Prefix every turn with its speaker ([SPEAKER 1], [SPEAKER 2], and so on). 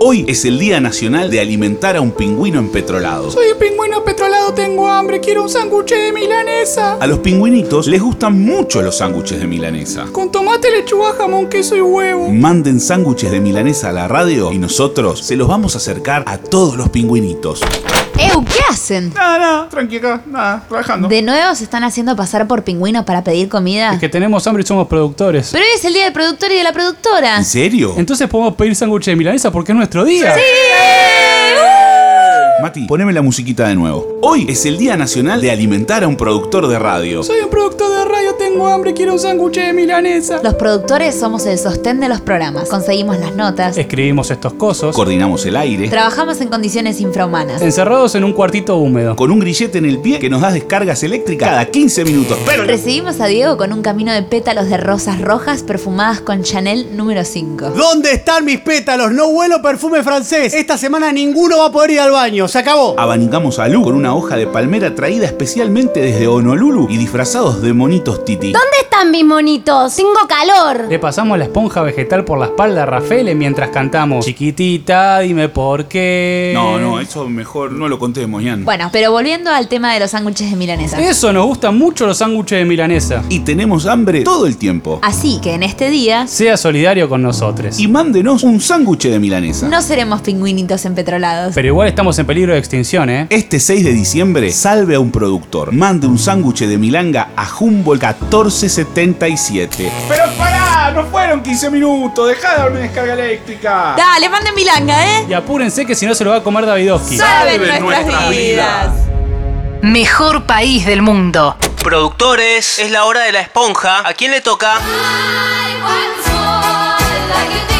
[SPEAKER 1] Hoy es el Día Nacional de Alimentar a un Pingüino Empetrolado.
[SPEAKER 2] Soy un pingüino petrolado, tengo hambre, quiero un sándwich de milanesa.
[SPEAKER 1] A los pingüinitos les gustan mucho los sándwiches de milanesa.
[SPEAKER 2] Con tomate, lechuga, jamón, queso y huevo.
[SPEAKER 1] Manden sándwiches de milanesa a la radio y nosotros se los vamos a acercar a todos los pingüinitos.
[SPEAKER 3] ¡Ew! ¿Qué hacen?
[SPEAKER 2] Nada, nada, tranqui acá, nada, trabajando.
[SPEAKER 3] De nuevo se están haciendo pasar por pingüinos para pedir comida.
[SPEAKER 4] Ah.
[SPEAKER 5] Es que tenemos hambre y somos productores.
[SPEAKER 3] Pero hoy es el día del productor y de la productora.
[SPEAKER 1] ¿En serio?
[SPEAKER 5] Entonces podemos pedir sándwiches de milanesa porque es nuestro día.
[SPEAKER 1] Mati, poneme la musiquita de nuevo. Hoy es el Día Nacional de Alimentar a un Productor de Radio.
[SPEAKER 2] Soy un productor de radio, tengo hambre, quiero un sándwich de milanesa.
[SPEAKER 3] Los productores somos el sostén de los programas. Conseguimos las notas.
[SPEAKER 5] Escribimos estos cosos
[SPEAKER 1] Coordinamos el aire
[SPEAKER 3] Trabajamos en condiciones infrahumanas.
[SPEAKER 5] encerrados en un cuartito húmedo.
[SPEAKER 1] con un grillete en el pie que nos da descargas eléctricas cada 15 minutos. Pero
[SPEAKER 3] Recibimos a Diego con un camino de pétalos de rosas rojas perfumadas con Chanel número 5.
[SPEAKER 6] ¿Dónde están mis pétalos? No huelo perfume francés. Esta semana ninguno va a poder ir al baño. Se acabó.
[SPEAKER 1] abanicamos a Lu con una hoja de palmera traída especialmente desde Honolulu y disfrazados de monitos titi.
[SPEAKER 7] ¿Dónde están mis monitos? Tengo calor.
[SPEAKER 5] Le pasamos la esponja vegetal por la espalda a Rafael mientras cantamos Chiquitita, dime por qué.
[SPEAKER 1] No, no, eso mejor no lo contemos, Ian.
[SPEAKER 3] Eh, Bueno, pero volviendo al tema de los sándwiches de milanesa.
[SPEAKER 5] Eso nos gustan mucho los sándwiches de milanesa.
[SPEAKER 1] Y tenemos hambre todo el tiempo.
[SPEAKER 3] Así que en este día
[SPEAKER 5] Sea solidario con nosotros.
[SPEAKER 1] Y mándenos un sándwich de milanesa.
[SPEAKER 3] no seremos pingüinitos empetrolados.
[SPEAKER 5] Pero igual estamos en peligro de extinción, ¿eh?
[SPEAKER 1] Este 6 de diciembre, salve a un productor. Mande un sándwich de milanga a Humboldt 1477.
[SPEAKER 2] Pero pará, no fueron 15 minutos, dejá de darme descarga eléctrica.
[SPEAKER 3] Dale, manden milanga, ¿eh?
[SPEAKER 5] Y apúrense que si no se lo va a comer Davidovsky.
[SPEAKER 3] Salven nuestras, vidas.
[SPEAKER 4] Mejor país del mundo.
[SPEAKER 8] Productores, es la hora de la esponja. ¿A quién le toca?
[SPEAKER 9] I want more like you do.